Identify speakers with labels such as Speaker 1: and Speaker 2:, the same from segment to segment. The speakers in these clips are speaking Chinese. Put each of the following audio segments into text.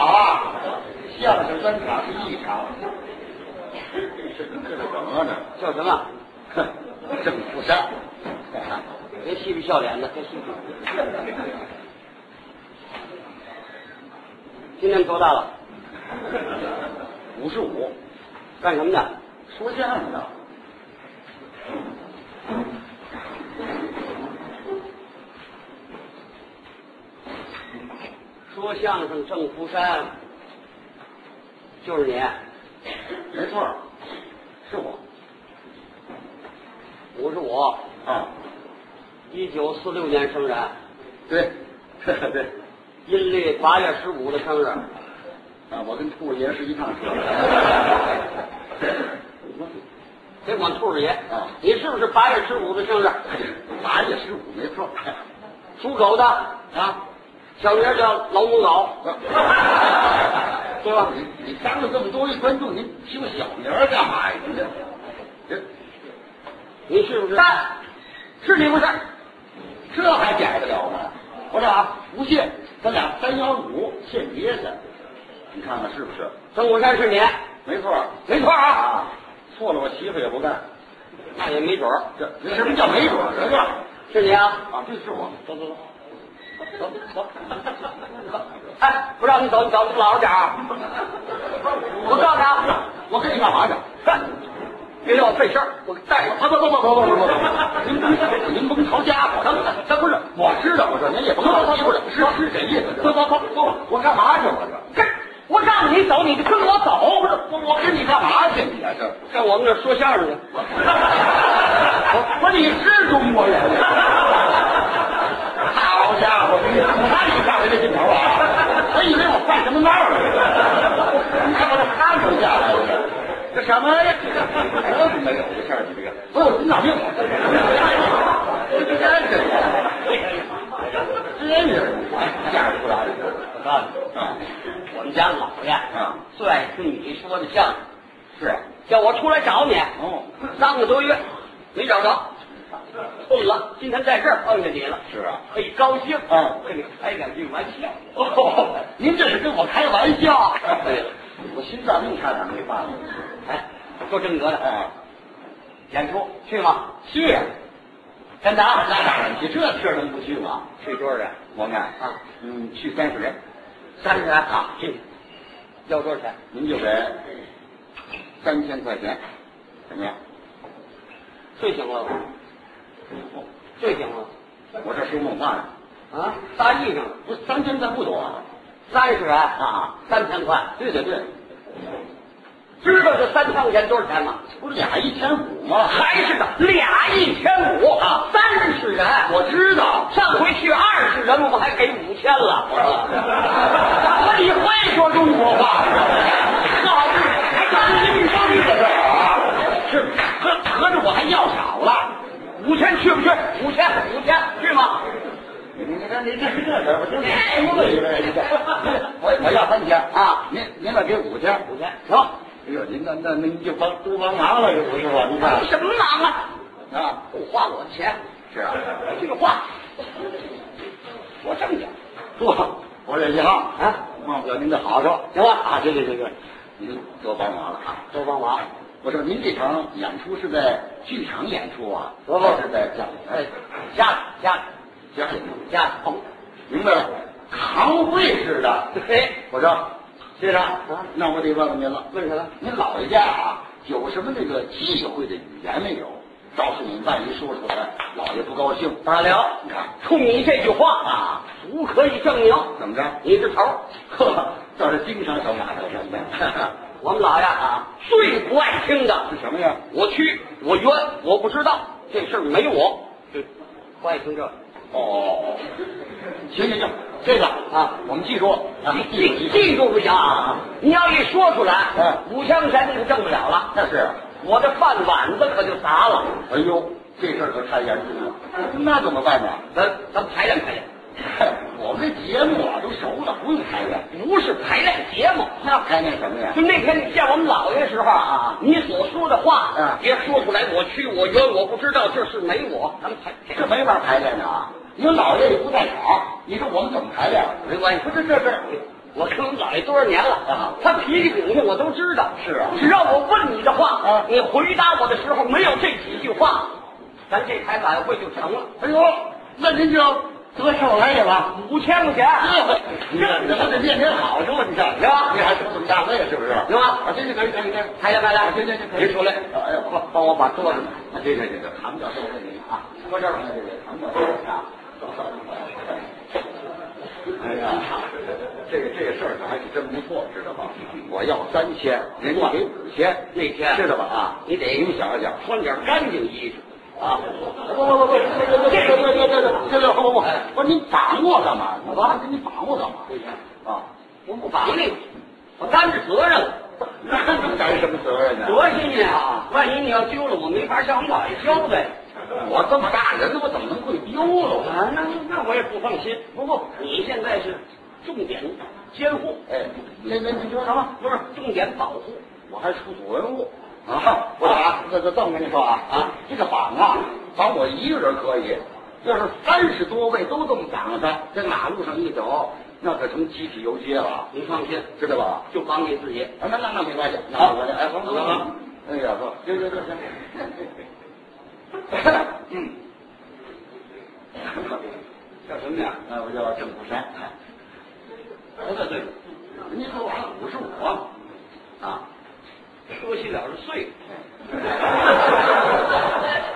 Speaker 1: 啊专场艺场，这这怎么呢？
Speaker 2: 叫什么？哎
Speaker 1: 哼，正负三，
Speaker 2: 别嬉皮笑脸的，别嬉皮。今年多大了？
Speaker 1: 五十五，
Speaker 2: 干什么的？
Speaker 1: 说相声的，
Speaker 2: 说相声郑福山，就是你。
Speaker 1: 没错儿，是我
Speaker 2: 五十五，哦
Speaker 1: 啊，
Speaker 2: 一九四六年生人，
Speaker 1: 对， 对，
Speaker 2: 阴历八月十五的生日。
Speaker 1: 啊，我跟兔爷是一趟车
Speaker 2: 别管兔儿爷
Speaker 1: 啊，
Speaker 2: 你是不是八月十五的生日？
Speaker 1: 的，八月十五没错儿
Speaker 2: 属狗的，
Speaker 1: 啊。
Speaker 2: 小名叫老母狗，对吧？
Speaker 1: 你你当着这么多位观众，您提我小名儿干嘛呀？您这这
Speaker 2: 你是不是？
Speaker 1: 蛋是你不是？这还改得了吗？我说啊，不信，咱俩三幺五现结去，你看看是不是？
Speaker 2: 曾国山是你，
Speaker 1: 没错儿，
Speaker 2: 没错啊，
Speaker 1: 啊，错了我媳妇也不干。
Speaker 2: 那也没准儿，
Speaker 1: 这这什么叫没准儿啊？这
Speaker 2: 是你啊。
Speaker 1: 啊，这是我。
Speaker 2: 走走走，走走。 哎，不让你走，你走，你老实点儿啊。我告诉你啊，
Speaker 1: 我跟你干嘛去？
Speaker 2: 干，别让我费事儿，我带着
Speaker 1: 啊不不不不不不不！您甭您甭抄家伙，咱咱不是，我知道，我说您也甭抄媳妇了，是是这意思。走走走走，我干嘛去？我这。
Speaker 2: 干。我让你走，你就跟我走，
Speaker 1: 不是我我跟你干嘛去？你啊这，
Speaker 2: 上我们这儿说相声去。
Speaker 1: 我说你是中国人吗？好家伙，你看你上来这劲头啊！我以为我犯什么帽了，你看把这汗都下来了，这什么呀？这都没有这事儿，你这个不是心脑病，真是，真是，吓出来了。
Speaker 2: 我告诉你，我们家老爷
Speaker 1: 啊
Speaker 2: 最爱听你说的相声，
Speaker 1: 是啊，
Speaker 2: 叫我出来找你。
Speaker 1: 哦，
Speaker 2: 三个多月没找着，碰了，今天在这儿碰见你了，
Speaker 1: 是啊。
Speaker 2: 嘿，高兴
Speaker 1: 嗯
Speaker 2: 跟你开两句玩笑。
Speaker 1: 哦，您这是跟我开玩笑？哎
Speaker 2: 对了，
Speaker 1: 我心脏病差点没犯了。
Speaker 2: 哎，说正格的
Speaker 1: 哎，
Speaker 2: 演出去吗？
Speaker 1: 去啊呀、
Speaker 2: 真的
Speaker 1: 那
Speaker 2: 啊？
Speaker 1: 当然去，这地儿能不去吗？
Speaker 2: 去多少人？
Speaker 1: 王干
Speaker 2: 啊，
Speaker 1: 嗯，去三十人，
Speaker 2: 三十人啊？去，要多少钱？
Speaker 1: 您就给
Speaker 2: 嗯
Speaker 1: 三千块钱，怎么样？
Speaker 2: 醉醒了吧，
Speaker 1: 嗯
Speaker 2: 醉醒了
Speaker 1: 我这说梦话呢，
Speaker 2: 啊？大意上了，
Speaker 1: 不是三千咱不多啊。
Speaker 2: 三十人
Speaker 1: 啊，
Speaker 2: 三千块，
Speaker 1: 对对对，
Speaker 2: 知道这三千块钱多少钱吗？
Speaker 1: 不是俩一千五吗？
Speaker 2: 还是的，俩一千五
Speaker 1: 啊
Speaker 2: 三十人，
Speaker 1: 我知道，
Speaker 2: 上回去二十人，我们还给五千了。
Speaker 1: 我说你会说中国话好，还找你女生去这事儿啊？是，合合着我还要少了。
Speaker 2: 五千去不去？五千，五千去吗？
Speaker 1: 您看您这这人，我就太过了，我我要三千啊，您您再给五千。
Speaker 2: 五千行。
Speaker 1: 哎呦，您那那那您就帮多帮忙了，这不是吗？您看
Speaker 2: 什么忙啊？
Speaker 1: 啊，
Speaker 2: 不花我的钱，哎
Speaker 1: 是啊，
Speaker 2: 这个话多挣点，
Speaker 1: 不，我这一行
Speaker 2: 啊，
Speaker 1: 忘不了您的好处，
Speaker 2: 行吧？
Speaker 1: 啊，对对对对，您多帮忙了啊。
Speaker 2: 多帮忙。
Speaker 1: 我说您这场演出是在剧场演出啊，
Speaker 2: 不不
Speaker 1: 还是在家
Speaker 2: 哎
Speaker 1: 哎，
Speaker 2: 家里家里
Speaker 1: 家里，
Speaker 2: 家里捧。
Speaker 1: 明白了，堂会似的。
Speaker 2: 哎，
Speaker 1: 我说，先生，
Speaker 2: 啊
Speaker 1: 那我得问问您了，
Speaker 2: 问什么？
Speaker 1: 您老人家啊，有什么那个忌讳的语言没有？告诉你，万一说出来，老爷不高兴。
Speaker 2: 大辽
Speaker 1: 你看
Speaker 2: 冲你这句话啊，足可以证明
Speaker 1: 怎么着？
Speaker 2: 你是头儿。
Speaker 1: 呵， 倒是经常小马头什么的。
Speaker 2: 我们老爷啊，最不爱听的
Speaker 1: 是，什么呀？
Speaker 2: 我屈，我冤，我啊不知道这事儿没我，不爱听这个。
Speaker 1: 哦，行行行，这个
Speaker 2: 啊，
Speaker 1: 我们记住，啊
Speaker 2: 记
Speaker 1: 记住
Speaker 2: 记记住不行啊！你要一说出来，
Speaker 1: 嗯
Speaker 2: 五千块钱你可挣不了了。
Speaker 1: 那是。
Speaker 2: 我这饭碗子可就砸了。
Speaker 1: 哎呦，这事儿可太严重了，那怎么办呢？
Speaker 2: 咱咱排练排练，
Speaker 1: 我们这节目啊都熟了，不用排练。
Speaker 2: 不是排练节目。
Speaker 1: 那排练什么呀
Speaker 2: 就？那天你见我们老爷的时候啊，你所说的话，
Speaker 1: 嗯
Speaker 2: 别说出来，我屈我冤，我不知道，这是没我。咱们排这
Speaker 1: 这没法排练的啊！您老爷也不在场，你说我们怎么排练？
Speaker 2: 没关系
Speaker 1: 不，是这事儿，
Speaker 2: 我跟我们老爷多少年
Speaker 1: 啊
Speaker 2: 了，他脾气秉性我都知道。
Speaker 1: 是啊
Speaker 2: 只要我问你的话，
Speaker 1: 啊
Speaker 2: 你回答我的时候没有这几句话，咱这台晚会就成了。
Speaker 1: 哎呦，那您就得手来也了。
Speaker 2: 五千块钱，
Speaker 1: 这这这得面临好处，你看，
Speaker 2: 行吧
Speaker 1: 啊你还成这么大位是不是？
Speaker 2: 行吧
Speaker 1: 啊，行行行行行，
Speaker 2: 开来开来，
Speaker 1: 行行行，
Speaker 2: 别出来，啊
Speaker 1: 哎呀，
Speaker 2: 帮帮我把桌子。
Speaker 1: 行行行行，唐教授，我问您啊，
Speaker 2: 搁这儿吧
Speaker 1: 哎唐教授啊，哎呀，这个这个事儿还是真不错，知道吧？我要三千，人家给五千，
Speaker 2: 那天
Speaker 1: 知道吧？啊，
Speaker 2: 你得
Speaker 1: 您想想
Speaker 2: 穿点干净衣服。
Speaker 1: 啊，不不不不，这这这这这这这不不不，不是您绑我干嘛？我还给你绑我干嘛？啊，
Speaker 2: 我不绑你，我担着责任了。
Speaker 1: 那你担什么责任呢？
Speaker 2: 多新鲜啊！万一你要丢了，我没法向我们老爷交代。
Speaker 1: 我这么大人了，我怎么能会丢了呢？
Speaker 2: 啊，那那我也不放心。不过你现在是重点监护，
Speaker 1: 哎，那那你说什么？
Speaker 2: 不是重点保护。
Speaker 1: 我还出土文物啊！我啊，这这这么跟你说啊
Speaker 2: 啊，
Speaker 1: 这个绑啊，绑我一个人可以，要是三十多位都这么绑他，在马路上一走，那可成集体游街了，
Speaker 2: 你放心，
Speaker 1: 知道吧？
Speaker 2: 就绑你自己。
Speaker 1: 啊，那那那没关系，那
Speaker 2: 好
Speaker 1: 没关系。哎，好，好，
Speaker 2: 好
Speaker 1: 好
Speaker 2: 好。
Speaker 1: 哎呀，好，行行行行。嗯，
Speaker 2: 叫什么呀？
Speaker 1: 那我叫郑虎山。哎
Speaker 2: 不对对，
Speaker 1: 人家说我五十五啊，啊，
Speaker 2: 说起了是岁。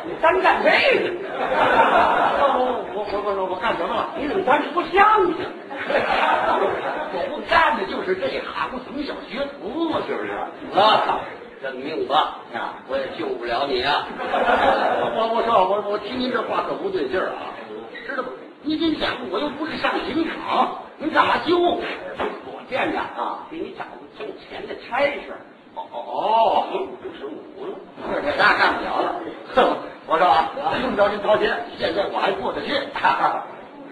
Speaker 2: 你单干这个，哦
Speaker 1: 我我我我我我干什么了？
Speaker 2: 你怎么单说相 声？
Speaker 1: 我不干的就是这 一行，我从小学徒嘛，是不是？
Speaker 2: 啊，认命吧，
Speaker 1: 啊，
Speaker 2: 我也救不了你啊。
Speaker 1: 我我我说我我听您这话可不对劲儿啊，知道不？你这想我又不是上刑场，您干嘛揪我？
Speaker 2: 哎我惦着
Speaker 1: 啊
Speaker 2: 给你找个挣钱的差事儿。
Speaker 1: 哦哦
Speaker 2: 我们五十五了。
Speaker 1: 这这大干不了了。哼，我说啊，用不着您掏钱，现在我还过得去。哈哈，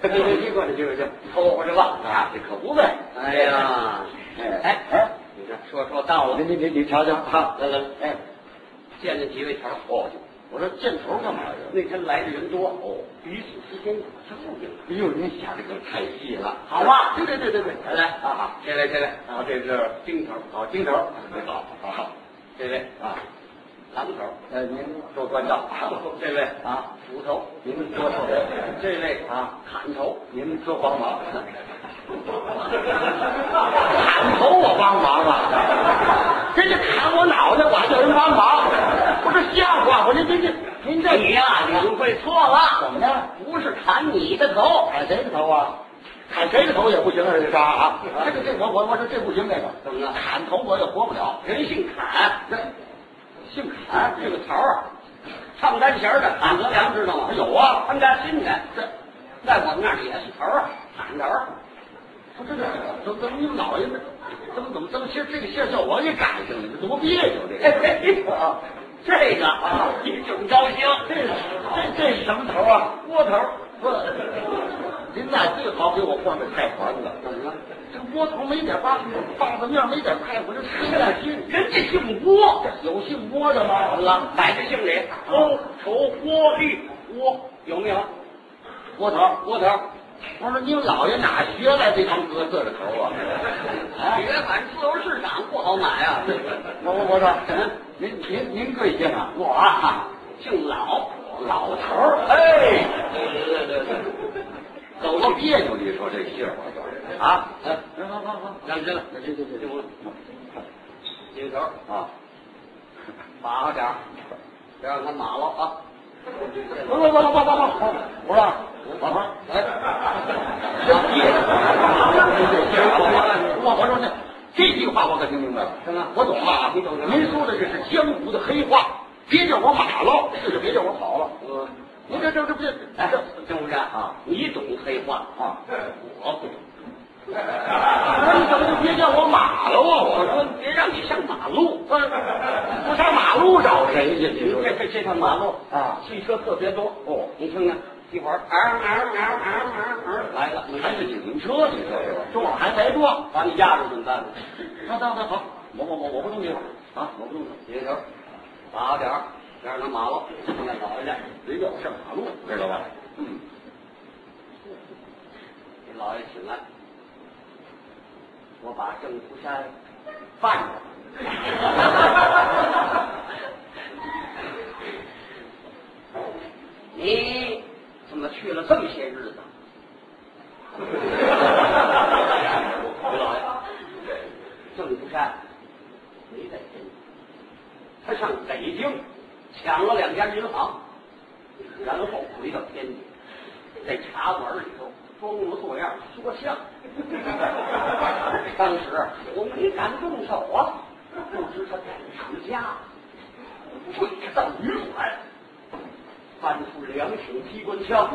Speaker 2: 对对对，过来，过来，
Speaker 1: 凑合着吧。啊，这可不呗。
Speaker 2: 哎呀，
Speaker 1: 哎
Speaker 2: 哎，
Speaker 1: 哎，
Speaker 2: 你这说说到了，
Speaker 1: 您您您您瞧瞧哈，
Speaker 2: 来来，
Speaker 1: 哎，
Speaker 2: 见见几位头儿。
Speaker 1: 哦，我说箭头干嘛呀？
Speaker 2: 那天来的人多，哦，彼此之间有照应。
Speaker 1: 哎呦，您想的可太细了。
Speaker 2: 好啊
Speaker 1: 对对对对对，
Speaker 2: 来来
Speaker 1: 啊好，
Speaker 2: 这位这位，
Speaker 1: 然后这是
Speaker 2: 丁头儿，
Speaker 1: 好金头，好好
Speaker 2: 这位
Speaker 1: 啊，
Speaker 2: 狼头儿，
Speaker 1: 呃，您多关照
Speaker 2: 这位
Speaker 1: 啊，
Speaker 2: 斧头，
Speaker 1: 您多受累，
Speaker 2: 这位
Speaker 1: 啊
Speaker 2: 砍头，
Speaker 1: 您多帮忙。砍头我帮忙啊，人家砍我脑袋，我还叫人帮忙，不是像话吗？您您您您这
Speaker 2: 你哎呀，你误会错
Speaker 1: 怎么
Speaker 2: 了，
Speaker 1: 呢？
Speaker 2: 不是砍你的头，
Speaker 1: 砍谁的头啊？砍谁的头也不行啊，这杀啊！这个这个，我我说这不行，这个
Speaker 2: 怎么了
Speaker 1: 砍头我也活不了。
Speaker 2: 人姓砍，
Speaker 1: 这姓砍，这个头儿啊，
Speaker 2: 唱单弦儿的砍德良知道吗？
Speaker 1: 有啊
Speaker 2: 他们家新的，
Speaker 1: 这
Speaker 2: 在我们那儿也是头
Speaker 1: 啊
Speaker 2: 儿，砍头儿。
Speaker 1: 不是这个，怎么怎么你们老爷子怎么怎么这么些这个线叫我给赶上了，这多哎别扭这
Speaker 2: 嘿
Speaker 1: 个！
Speaker 2: 嘿嘿啊这个啊，你挺高兴，
Speaker 1: 这这这是什么头啊？窝头不，您那最好给我换个菜环子。
Speaker 2: 怎么了？
Speaker 1: 这窝头没点棒子，棒子面没点菜，我这吃不下去。
Speaker 2: 人家姓郭，
Speaker 1: 有姓窝的吗？
Speaker 2: 怎么了？哪个姓李？
Speaker 1: 哦
Speaker 2: 仇郭立郭，有没有？
Speaker 1: 窝头。
Speaker 2: 郭头，
Speaker 1: 我说你们老爷哪学来这帮哥色的头啊？啊，
Speaker 2: 别反正自由市场不好买啊。
Speaker 1: 我我我说，您您您贵姓啊？
Speaker 2: 我啊，姓老，
Speaker 1: 老头儿，
Speaker 2: 哎，对对对对对，
Speaker 1: 走了别扭，你说这姓儿我啊？
Speaker 2: 哎，
Speaker 1: 行好好好，
Speaker 2: 让去了，
Speaker 1: 这这这这
Speaker 2: 这金头
Speaker 1: 啊！
Speaker 2: 把好点儿，别让他马了啊。
Speaker 1: 不不不不不不不，我说老头儿，
Speaker 2: 哎，
Speaker 1: 我我说这这句话我可听明白了，我懂了啊，您说的这是江湖的黑话，别叫我马了，就是别叫我跑了。
Speaker 2: 我
Speaker 1: 您这这这不这
Speaker 2: 嗯哎
Speaker 1: 这。，
Speaker 2: 郑副站啊，你懂黑话
Speaker 1: 啊，
Speaker 2: 我不懂。
Speaker 1: 那你怎么就别叫我马了啊？
Speaker 2: 我
Speaker 1: 我说，
Speaker 2: 说别让你上马路，
Speaker 1: 我上马路找谁去？你说
Speaker 2: 这这这趟马路
Speaker 1: 啊，
Speaker 2: 汽车特别多。
Speaker 1: 哦，
Speaker 2: 你听听，一会儿嗷嗷嗷嗷嗷嗷来了，你
Speaker 1: 啊还
Speaker 2: 看
Speaker 1: 是警行车，你说是吧？中午还白撞。
Speaker 2: 把你压住怎么办？
Speaker 1: 那那那好，我我我我不动这个啊，我不动这个，
Speaker 2: 你头，打点儿，别让他马路，那老爷，
Speaker 1: 谁叫我上马路，知道吧？嗯，
Speaker 2: 给老爷请来。我把郑福山办了。 你怎么去了这么些日子？ 回老爷，郑福山没在天津，他上北京抢了两家银行，然后回到天津，在茶馆里头装模作样说相声。 当时我没敢动手啊，不知他赶上家，跪着到旅馆，搬出两挺机关枪，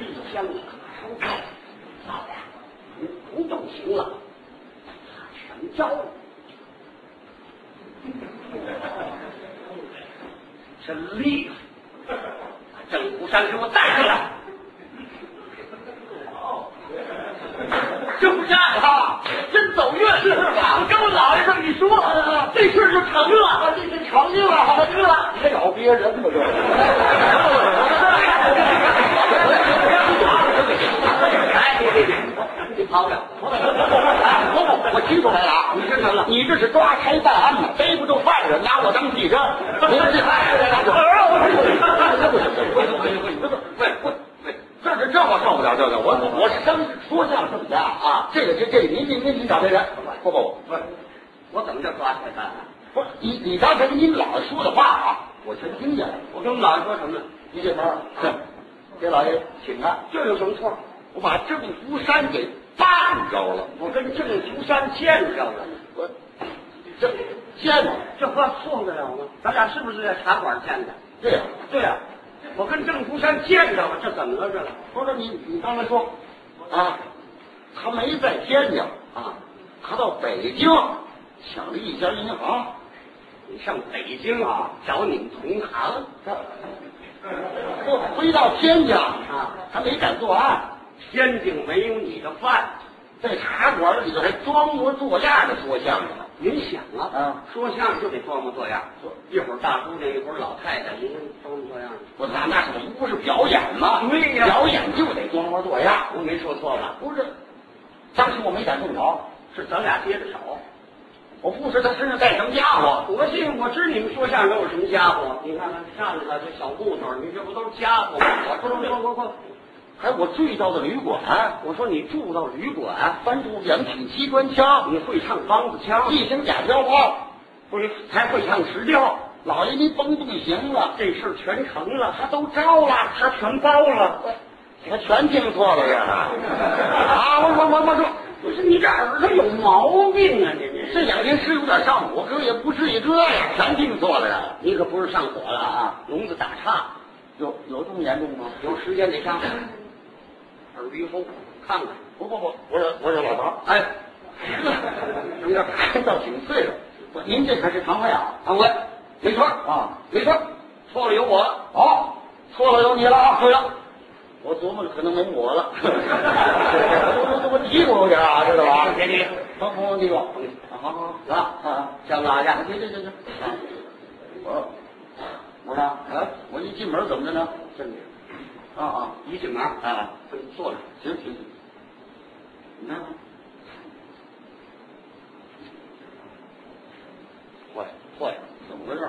Speaker 2: 一枪咔咔开，老爷，你不动刑了，什么招？真厉害！把郑福山给我带回来！郑福山啊，真走运！我跟我姥爷这么一说，这事儿就成了，这这成了，成了。
Speaker 1: 还找别人吗？这
Speaker 2: 哎，你你你，你跑不了！我我听出来了啊，你这成了，
Speaker 1: 你这是抓差办案呢，逮不住犯人，拿我当替身。
Speaker 2: 不是太
Speaker 1: 这这这我受不了，这个我我是当时说相声的啊，这个这这你你你你找别人，不不
Speaker 2: 不是，我怎么叫抓太干了？
Speaker 1: 不是你你刚才跟你姥爷说的话啊，我全听见了。
Speaker 2: 我跟我姥爷说什么了？
Speaker 1: 你这门哼，给老爷请安，
Speaker 2: 这有什么错？
Speaker 1: 我把郑福山给绊着了，
Speaker 2: 我跟郑福山见着了，
Speaker 1: 我这见了，
Speaker 2: 这话错得了吗？咱俩是不是在茶馆见的？
Speaker 1: 对呀、
Speaker 2: 对啊，我跟郑福山见着了，这怎么了？这个
Speaker 1: 不是你你刚才说啊，他没在天津啊，他到北京抢了一家银行，
Speaker 2: 你上北京啊，找你们同行，
Speaker 1: 不回到天津
Speaker 2: 啊，
Speaker 1: 他没敢作案，
Speaker 2: 天津没有你的饭。
Speaker 1: 在茶馆里头还装模作样的说相声呢。
Speaker 2: 您想啊，
Speaker 1: 啊
Speaker 2: 说相声就得装模作样
Speaker 1: 做，
Speaker 2: 一会儿大姑娘，一会儿老太太，您装模作样。
Speaker 1: 我那那可不是表演嘛，
Speaker 2: 对呀
Speaker 1: 表演就得装模作样。
Speaker 2: 我没说错吧？
Speaker 1: 不是，当时我没敢动手，
Speaker 2: 是咱俩接着手。
Speaker 1: 我不知他身上带什么家伙。
Speaker 2: 我信，我知你们说相声都有什么家伙。你看看上来这小木头，你这不都是家伙吗？我说我说我说，
Speaker 1: 还哎我醉到的旅馆，
Speaker 2: 我说你住到旅馆，
Speaker 1: 搬出两挺机关枪，
Speaker 2: 你会唱梆子腔，
Speaker 1: 一挺假碉炮。
Speaker 2: 不是还会唱石调，
Speaker 1: 老爷您甭动刑了，
Speaker 2: 这事儿全成了，
Speaker 1: 他都招了，
Speaker 2: 他全包了。
Speaker 1: 他全听错了这啊！我我我我说，
Speaker 2: 不是你这耳朵有毛病啊！你
Speaker 1: 这
Speaker 2: 你
Speaker 1: 两天是有点上火，可也不至于这样，全听错了呀。
Speaker 2: 你可不是上火了啊，聋子打岔。
Speaker 1: 有有这么严重吗？
Speaker 2: 有时间得上耳鼻喉看看。
Speaker 1: 不不不，我有我有老唐，
Speaker 2: 哎，
Speaker 1: 有点倒挺碎了。不，您这可是肠胃啊！
Speaker 2: 唐官，没错儿，
Speaker 1: 啊，
Speaker 2: 没错儿，哦错了有我了。
Speaker 1: 好，错了有你了啊！
Speaker 2: 对了，
Speaker 1: 我琢磨着可能没我了， 我我我嘀咕有点啊，知道吧？
Speaker 2: 别别，
Speaker 1: 甭甭嘀咕，好好好，
Speaker 2: 啊
Speaker 1: 啊，
Speaker 2: 上哪去？
Speaker 1: 行行行行，我我呢？啊，我一进门怎么着呢？
Speaker 2: 真的，
Speaker 1: 啊啊
Speaker 2: 一进门儿，
Speaker 1: 啊，
Speaker 2: 这么坐着，
Speaker 1: 行行行，你看看，
Speaker 2: 坏坏，
Speaker 1: 怎么回事？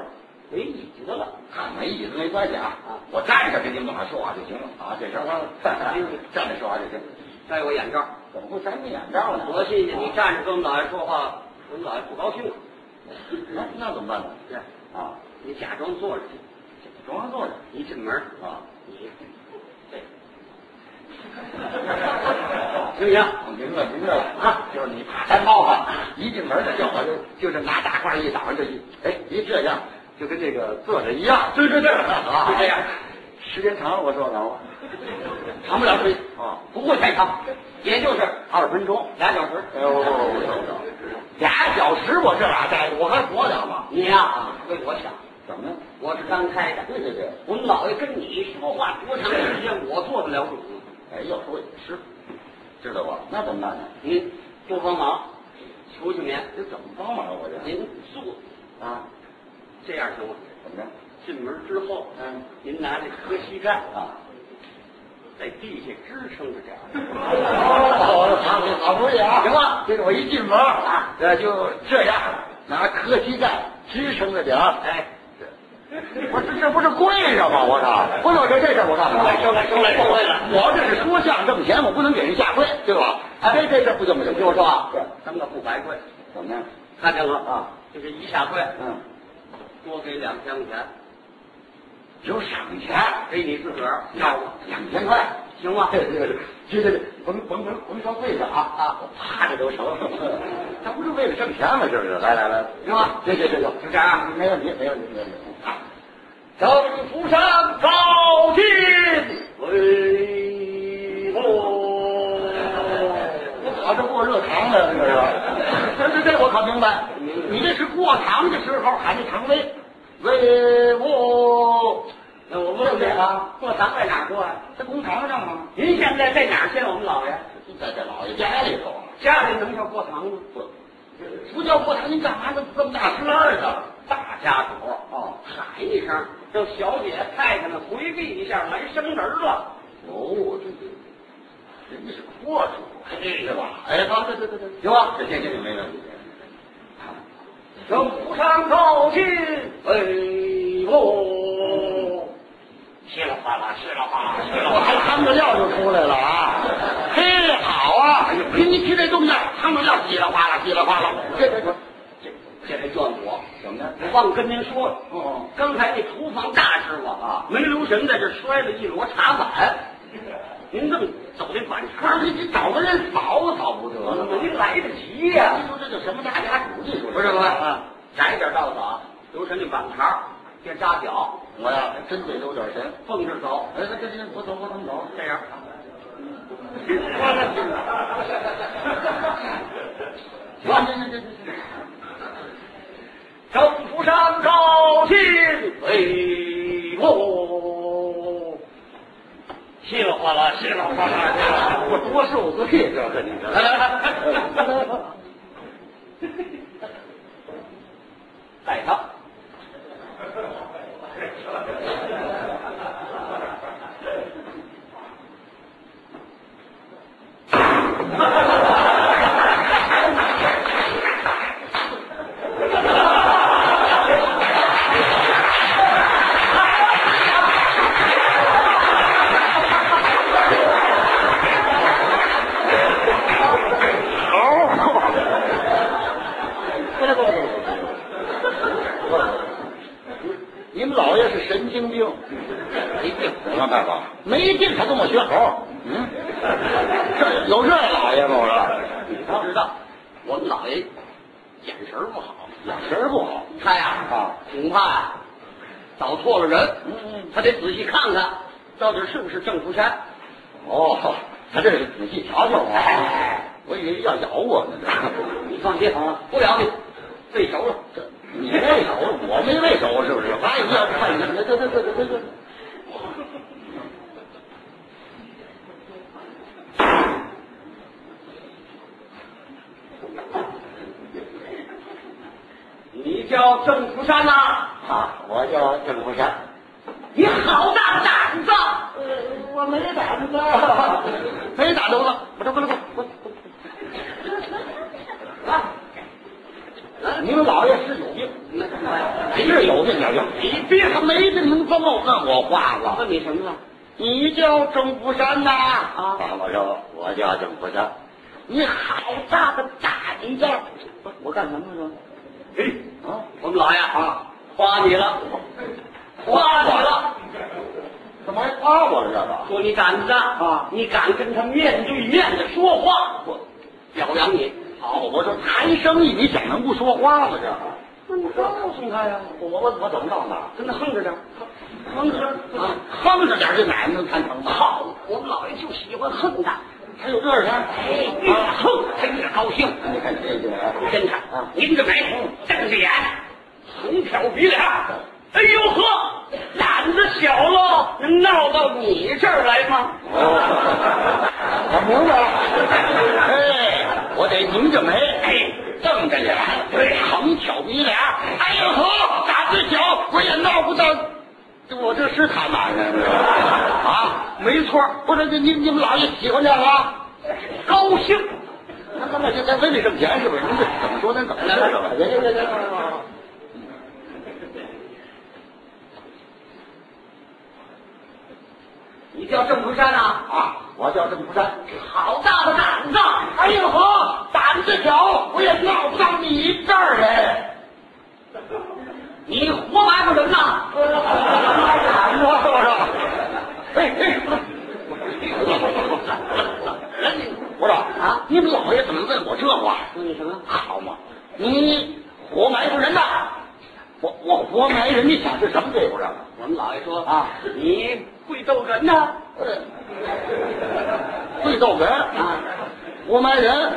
Speaker 2: 没椅子了。
Speaker 1: 看啊没椅子没关系啊
Speaker 2: 啊，
Speaker 1: 我站着跟你们俩说话就行了啊，这事 儿站着说话就行。
Speaker 2: 戴我眼罩，
Speaker 1: 怎么会摘你眼罩呢？
Speaker 2: 多新鲜！你站着跟我们老爷说话，我们老爷不高兴。
Speaker 1: 那那怎么办呢？
Speaker 2: 是，
Speaker 1: 啊，
Speaker 2: 你假装坐着，
Speaker 1: 床上坐着
Speaker 2: 一进门儿，
Speaker 1: 啊，
Speaker 2: 你对，行不行？
Speaker 1: 我明白明白了啊，就是你怕山猫啊，一进门的时候就就是拿大褂一挡就一哎一这样，就跟这个坐着一样，
Speaker 2: 对对对，
Speaker 1: 啊
Speaker 2: 就这样，
Speaker 1: 时间长了我受不了啊
Speaker 2: 长不了腿，
Speaker 1: 啊，
Speaker 2: 不会太长，也就是
Speaker 1: 二十分钟，
Speaker 2: 俩小时。
Speaker 1: 哎呦我我我受不了，俩小时我这
Speaker 2: 啊
Speaker 1: 俩待着我还活着吗？
Speaker 2: 你呀、为我想，
Speaker 1: 怎么了？
Speaker 2: 啊我是刚开的。
Speaker 1: 对对对，
Speaker 2: 我们老爷跟你说话多长时间，我做得了主。
Speaker 1: 哎要说也是，知道吧？那怎么办呢？
Speaker 2: 您多帮忙，求求您，
Speaker 1: 这怎么帮忙啊我这
Speaker 2: 您坐
Speaker 1: 啊？
Speaker 2: 这样 行吗？
Speaker 1: 怎么着？
Speaker 2: 进门之后，
Speaker 1: 嗯
Speaker 2: 您拿这磕膝盖，
Speaker 1: 啊，
Speaker 2: 在地下支撑着 点儿
Speaker 1: 哦，好好主意啊！
Speaker 2: 行吧
Speaker 1: 这个我一进门啊，呃，就这样拿磕膝盖支撑着点儿。
Speaker 2: 哎，
Speaker 1: 我这这不是跪着吗？我操！不是我这这事儿我告诉你，
Speaker 2: 来收来收来收来了
Speaker 1: 我这是说相挣钱，我不能给人下跪，对吧？哎，这这事儿不行不行，
Speaker 2: 听我说啊
Speaker 1: 对，
Speaker 2: 咱们可不白跪，
Speaker 1: 怎么样？
Speaker 2: 看见了
Speaker 1: 啊？
Speaker 2: 就是一下跪，
Speaker 1: 嗯，
Speaker 2: 多给两千块钱，
Speaker 1: 有赏钱，
Speaker 2: 给你自个儿，要
Speaker 1: 要
Speaker 2: 吗？
Speaker 1: 两千块。
Speaker 2: 行吗？
Speaker 1: 这这这这这，甭甭甭甭说跪着啊啊！我趴着都成，他不是为了挣钱吗？是不是？来来来，
Speaker 2: 行吧
Speaker 1: 这这这这，
Speaker 2: 就这样啊。
Speaker 1: 没问题，没问题，没问题。登福山高进，
Speaker 2: 喂，
Speaker 1: 我跑这过热糖了，这是。这这这我可明白，你这是过堂的时候喊的唐威，威武，
Speaker 2: 那我问问啊，过堂在哪儿过呀？
Speaker 1: 在公堂上吗？
Speaker 2: 您现在在哪儿见我们老爷？
Speaker 1: 在这老爷家里头啊。
Speaker 2: 家里能叫过堂吗？
Speaker 1: 不，不叫过堂，您干嘛这么这么大声儿呢？
Speaker 2: 大家主
Speaker 1: 哦，
Speaker 2: 喊一声，让小姐太太们回避一下，来生人了。
Speaker 1: 哦，这这，人家是阔主，是吧？哎，好，对对对对，行吧，这这这没问题。
Speaker 2: 能扶上高进，哎哦，稀里哗啦，稀里哗啦，稀里
Speaker 1: 我
Speaker 2: 哗
Speaker 1: 还
Speaker 2: 啦。
Speaker 1: 汤着料就出来了啊！嘿，好啊！听你听这动静，汤着料稀里哗啦，稀里哗啦。这这这，
Speaker 2: 这这得怨我，
Speaker 1: 怎么的？
Speaker 2: 我忘跟您说了，
Speaker 1: 哦，
Speaker 2: 刚才那厨房大师傅啊，没留神在这摔了一摞茶碗，您这么走这反
Speaker 1: 那
Speaker 2: 岔，
Speaker 1: 你你找个人扫扫不得
Speaker 2: 我
Speaker 1: 了吗？
Speaker 2: 没来得及呀、
Speaker 1: 你说这叫什么大家主义？
Speaker 2: 不是不是，啊，窄点道子啊，留神那板茬，别扎脚，
Speaker 1: 我呀，真得有点神。
Speaker 2: 蹦着走，
Speaker 1: 哎，这这我走我怎么走？
Speaker 2: 这样。
Speaker 1: 行，这这这这。
Speaker 2: 征服山高进，哎哦，稀里哗啦，稀里哗啦，
Speaker 1: 我多受罪，这跟你这。来来来，
Speaker 2: 带他。
Speaker 1: 你们老爷是神经病，没病，没办法，没病他跟我学猴，嗯，这有这老爷吗？我说
Speaker 2: 你不知道，我们老爷眼神不好，
Speaker 1: 眼神不好，
Speaker 2: 他呀
Speaker 1: 啊
Speaker 2: 恐怕呀找错了人，
Speaker 1: 嗯嗯
Speaker 2: 他得仔细看看到底是不是郑福山。
Speaker 1: 哦，他这是仔细瞧瞧我，我以为要咬我呢，啊
Speaker 2: 你放心，不了你，最熟了。
Speaker 1: 这你喂手，我没喂手是不是？哎呀，看你这这这这这这。
Speaker 2: 你叫郑福山呐、
Speaker 1: 啊，我叫郑福山。
Speaker 2: 你好大胆子！
Speaker 1: 呃，我没胆子， 没胆子，我我这不不不啊不。你们老爷是有病， 是有病有病。
Speaker 2: 你别
Speaker 1: 他没病能这么问我话
Speaker 2: 我
Speaker 1: 吗？
Speaker 2: 问你什么了？
Speaker 1: 你叫郑福山呐？
Speaker 2: 啊
Speaker 1: 我说我叫郑福山。你好大的胆子！ 我干什么了？
Speaker 2: 哎，
Speaker 1: 啊，
Speaker 2: 我们老爷啊，夸你了，夸你了，
Speaker 1: 怎么还夸我了这个？
Speaker 2: 说你胆子大
Speaker 1: 啊
Speaker 2: 你敢跟他面对面的说话，我表扬你。
Speaker 1: 好，我说谈生意，你怎能不说话吗？这
Speaker 2: 那你告诉他呀，
Speaker 1: 我我我怎么告诉他？
Speaker 2: 跟他横着点，横着点
Speaker 1: 啊，横着点儿这哪能谈成吗？
Speaker 2: 好，我们老爷就喜欢横的，
Speaker 1: 还有这事儿？
Speaker 2: 哎，越横他越高兴。
Speaker 1: 你看这个啊，
Speaker 2: 跟他
Speaker 1: 啊，
Speaker 2: 您着眉，瞪着眼，横挑鼻梁。哎呦呵，胆子小喽，能闹到你这儿来吗？
Speaker 1: 哦，我明白了。哎，我得拧着眉，哎，瞪着眼，对，横挑鼻梁。哎呦呵，胆子小， 我也闹不到我这是他妈的啊！没错，不不是你你你们老爷喜欢这个啊？
Speaker 2: 高兴。
Speaker 1: 那根本就在为你挣钱是不是？您这怎么说咱怎么
Speaker 2: 来来来
Speaker 1: 说？别别别别！
Speaker 2: 你叫郑福山啊？
Speaker 1: 啊，我叫郑福山。
Speaker 2: 好大的胆子！
Speaker 1: 哎呦呵，胆子小，我也闹不到你这儿来。
Speaker 2: 你活埋伏人呐！
Speaker 1: 胆子，我说。哎哎， 我说
Speaker 2: 啊
Speaker 1: 你们老爷怎么问我这话？
Speaker 2: 说你什么？
Speaker 1: 好嘛，你活埋伏人呐！我我活埋人，你想是什么对付上？
Speaker 2: 我们老爷说
Speaker 1: 啊
Speaker 2: 你会逗人呐！
Speaker 1: 呃，会斗人
Speaker 2: 啊，
Speaker 1: 活埋人，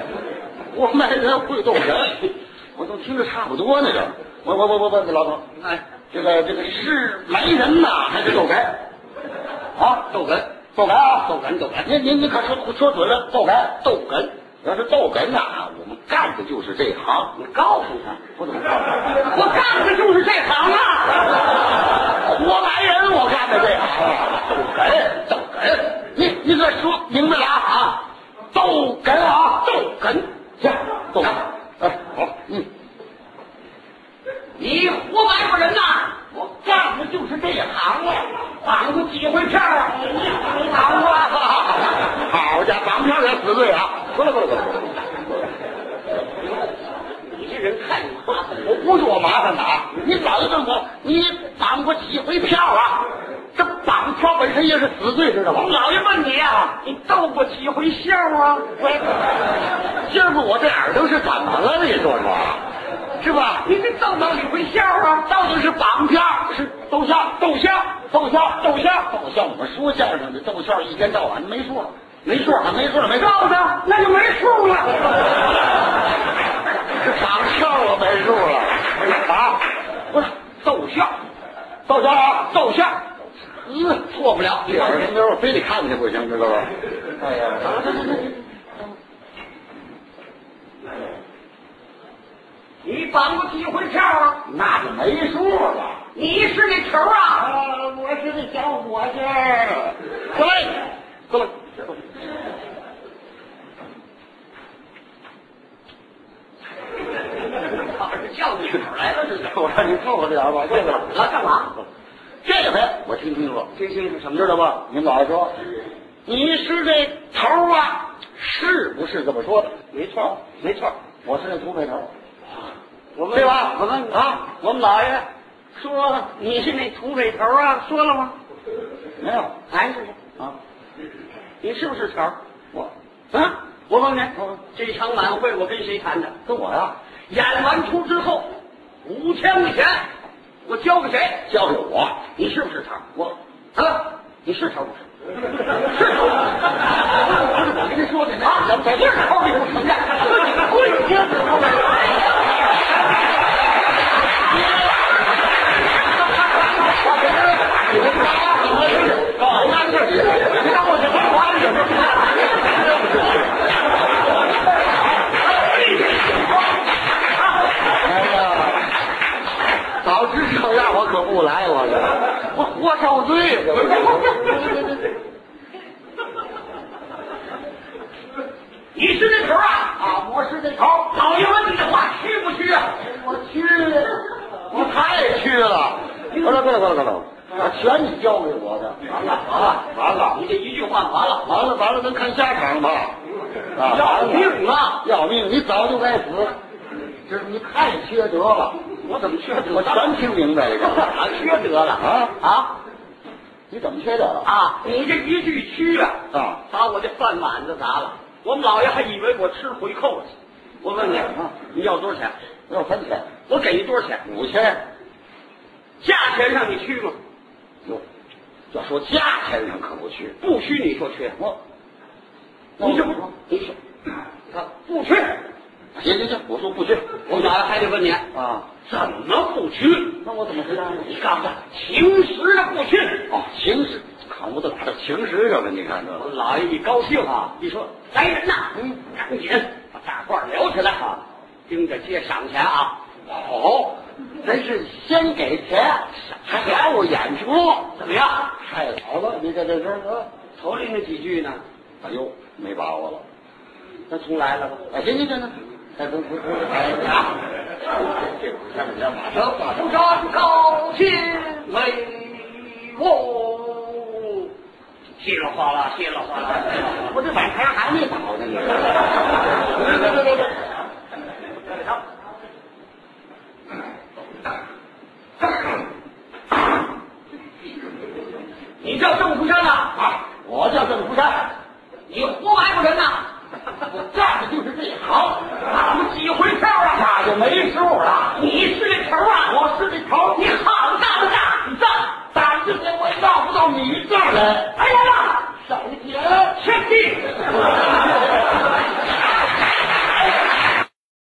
Speaker 1: 活埋人会斗人，我都听着差不多呢。这，我我我我问问老头，
Speaker 2: 哎，
Speaker 1: 这个这个是埋人呐，还是斗人？啊，
Speaker 2: 逗人，
Speaker 1: 斗人啊，
Speaker 2: 逗人，逗人，
Speaker 1: 您您您可说说准了，斗人。
Speaker 2: 逗人！
Speaker 1: 要是斗人呐、我们干的就是这行。
Speaker 2: 你告诉他，
Speaker 1: 不怎么着
Speaker 2: 我干的就是这行啊！
Speaker 1: 我来人，我干的这啊行，斗哏，斗哏，你你可说明白了啊？斗哏啊，斗哏，行，斗哏，哎，好，嗯，
Speaker 2: 你活埋伏人呐！
Speaker 1: 我干的就是这行啊，
Speaker 2: 绑过几回票啊？绑过
Speaker 1: 哈哈哈 好家伙，咱们家人死罪啊！不了不了不了，
Speaker 2: 你这人太麻烦了。
Speaker 1: 我不是我麻烦的啊！你老爷问我，你绑过几回票啊？这绑票本身也是死罪，知道吧？
Speaker 2: 老爷问你啊，你斗过几回笑啊？
Speaker 1: 喂，今儿个我这耳朵是怎么了？你说说，是吧？
Speaker 2: 你这斗到几回笑啊？
Speaker 1: 到底是绑票，是逗笑，逗笑，逗笑，逗笑，逗笑。我们说相声的逗笑一天到晚没数了，没数了，没数了，没数
Speaker 2: 告诉
Speaker 1: 了，
Speaker 2: 他，那就没数了。
Speaker 1: 这绑票我没数了。哎呀啊，不是逗笑，逗笑啊，逗笑。嗯，错不了。一会儿您给我非得看去不行，知道吧？哎呀，
Speaker 2: 你绑过几回票啊？
Speaker 1: 那就没数了。
Speaker 2: 你是那头啊？
Speaker 1: 啊，我是那小伙计儿。过来，
Speaker 2: 哎
Speaker 1: 过来。
Speaker 2: 老是叫你头来了似的。
Speaker 1: 我让你凑合点吧，这 个
Speaker 2: 来干嘛？
Speaker 1: 这回我听清楚了，
Speaker 2: 听清楚什
Speaker 1: 知道不？你们老师说，你是这头啊，是不是这么说的？
Speaker 2: 没错，没错。
Speaker 1: 我是那土匪头，
Speaker 2: 我们
Speaker 1: 对吧？
Speaker 2: 我们
Speaker 1: 啊，我们老爷
Speaker 2: 说了，你是那土匪头啊？说了吗？
Speaker 1: 没有
Speaker 2: 哎，
Speaker 1: 啊，
Speaker 2: 你是不是头？
Speaker 1: 我
Speaker 2: 啊，我问你
Speaker 1: 嗯，
Speaker 2: 这场晚会我跟谁谈的？
Speaker 1: 跟我呀，
Speaker 2: 演完出之后，五千块钱我交给谁？
Speaker 1: 交给我，
Speaker 2: 你是不是头？
Speaker 1: 我
Speaker 2: 啊，你是头不是？是头。不是我跟 你说的啊，
Speaker 1: 咱们咱
Speaker 2: 是头你不承认， 自己跪下。
Speaker 1: 哎哎呀，早知这样我可不来，我这我活受罪了。
Speaker 2: 你是那头啊？
Speaker 1: 啊，我是那头。
Speaker 2: 老爷问你的话虚不虚啊？
Speaker 1: 我去，我太去了。够了够了够了够了，啊，全你交给我的。
Speaker 2: 完了
Speaker 1: 完
Speaker 2: 完了
Speaker 1: 了
Speaker 2: 你这一句话完了，
Speaker 1: 完了完了，咱看下场吧。啊，
Speaker 2: 要命啊！
Speaker 1: 要命！你早就该死，这是你太缺德了。
Speaker 2: 我怎么缺
Speaker 1: 我全听明白了。
Speaker 2: 哪缺德了
Speaker 1: 啊
Speaker 2: 啊
Speaker 1: 你怎么缺德了？
Speaker 2: 啊！你这一句虚啊，
Speaker 1: 啊，
Speaker 2: 把我这饭碗子砸了。我们老爷还以为我吃回扣了。我问你
Speaker 1: 啊，
Speaker 2: 你要多少钱？
Speaker 1: 要三千，
Speaker 2: 我给你多少钱？
Speaker 1: 五千。
Speaker 2: 价钱上你虚吗？
Speaker 1: 哟，要说价钱上可不去。
Speaker 2: 不虚，你说缺？
Speaker 1: 我，
Speaker 2: 你这
Speaker 1: 这
Speaker 2: 不
Speaker 1: 不，
Speaker 2: 你说，啊不缺。
Speaker 1: 行行行，我说不去，
Speaker 2: 我们老爷还得问你，
Speaker 1: 啊。
Speaker 2: 怎么不虚？
Speaker 1: 那我怎么回答呢？
Speaker 2: 你告诉他，平时的不虚。
Speaker 1: 哦，情史，看我都打到情史上了，你看这
Speaker 2: 我们老爷一高兴啊，一说来人呐，
Speaker 1: 嗯
Speaker 2: 赶紧把大褂撩起来啊，盯着街赏钱啊。
Speaker 1: 好，咱是先
Speaker 2: 哎
Speaker 1: 给钱，还给我演出，
Speaker 2: 怎么样？
Speaker 1: 哎太好了，你看这事儿啊，
Speaker 2: 头里那几句呢，
Speaker 1: 哎呦，没把握了。
Speaker 2: 咱重来了吧？
Speaker 1: 哎，行行行行，哎，不不不，哎呀，这不是你这马上马上
Speaker 2: 山高天美我，稀里哗啦，稀里哗 啦，稀里哗啦
Speaker 1: 我这碗盘还没倒呢， 你。别别别别，
Speaker 2: 你叫郑福山呐？
Speaker 1: 啊，我叫郑福山，
Speaker 2: 你活埋过 人呐？
Speaker 1: 我干的就是这一行，
Speaker 2: 好，打了几回票啊？
Speaker 1: 那就没数了。
Speaker 2: 啊哎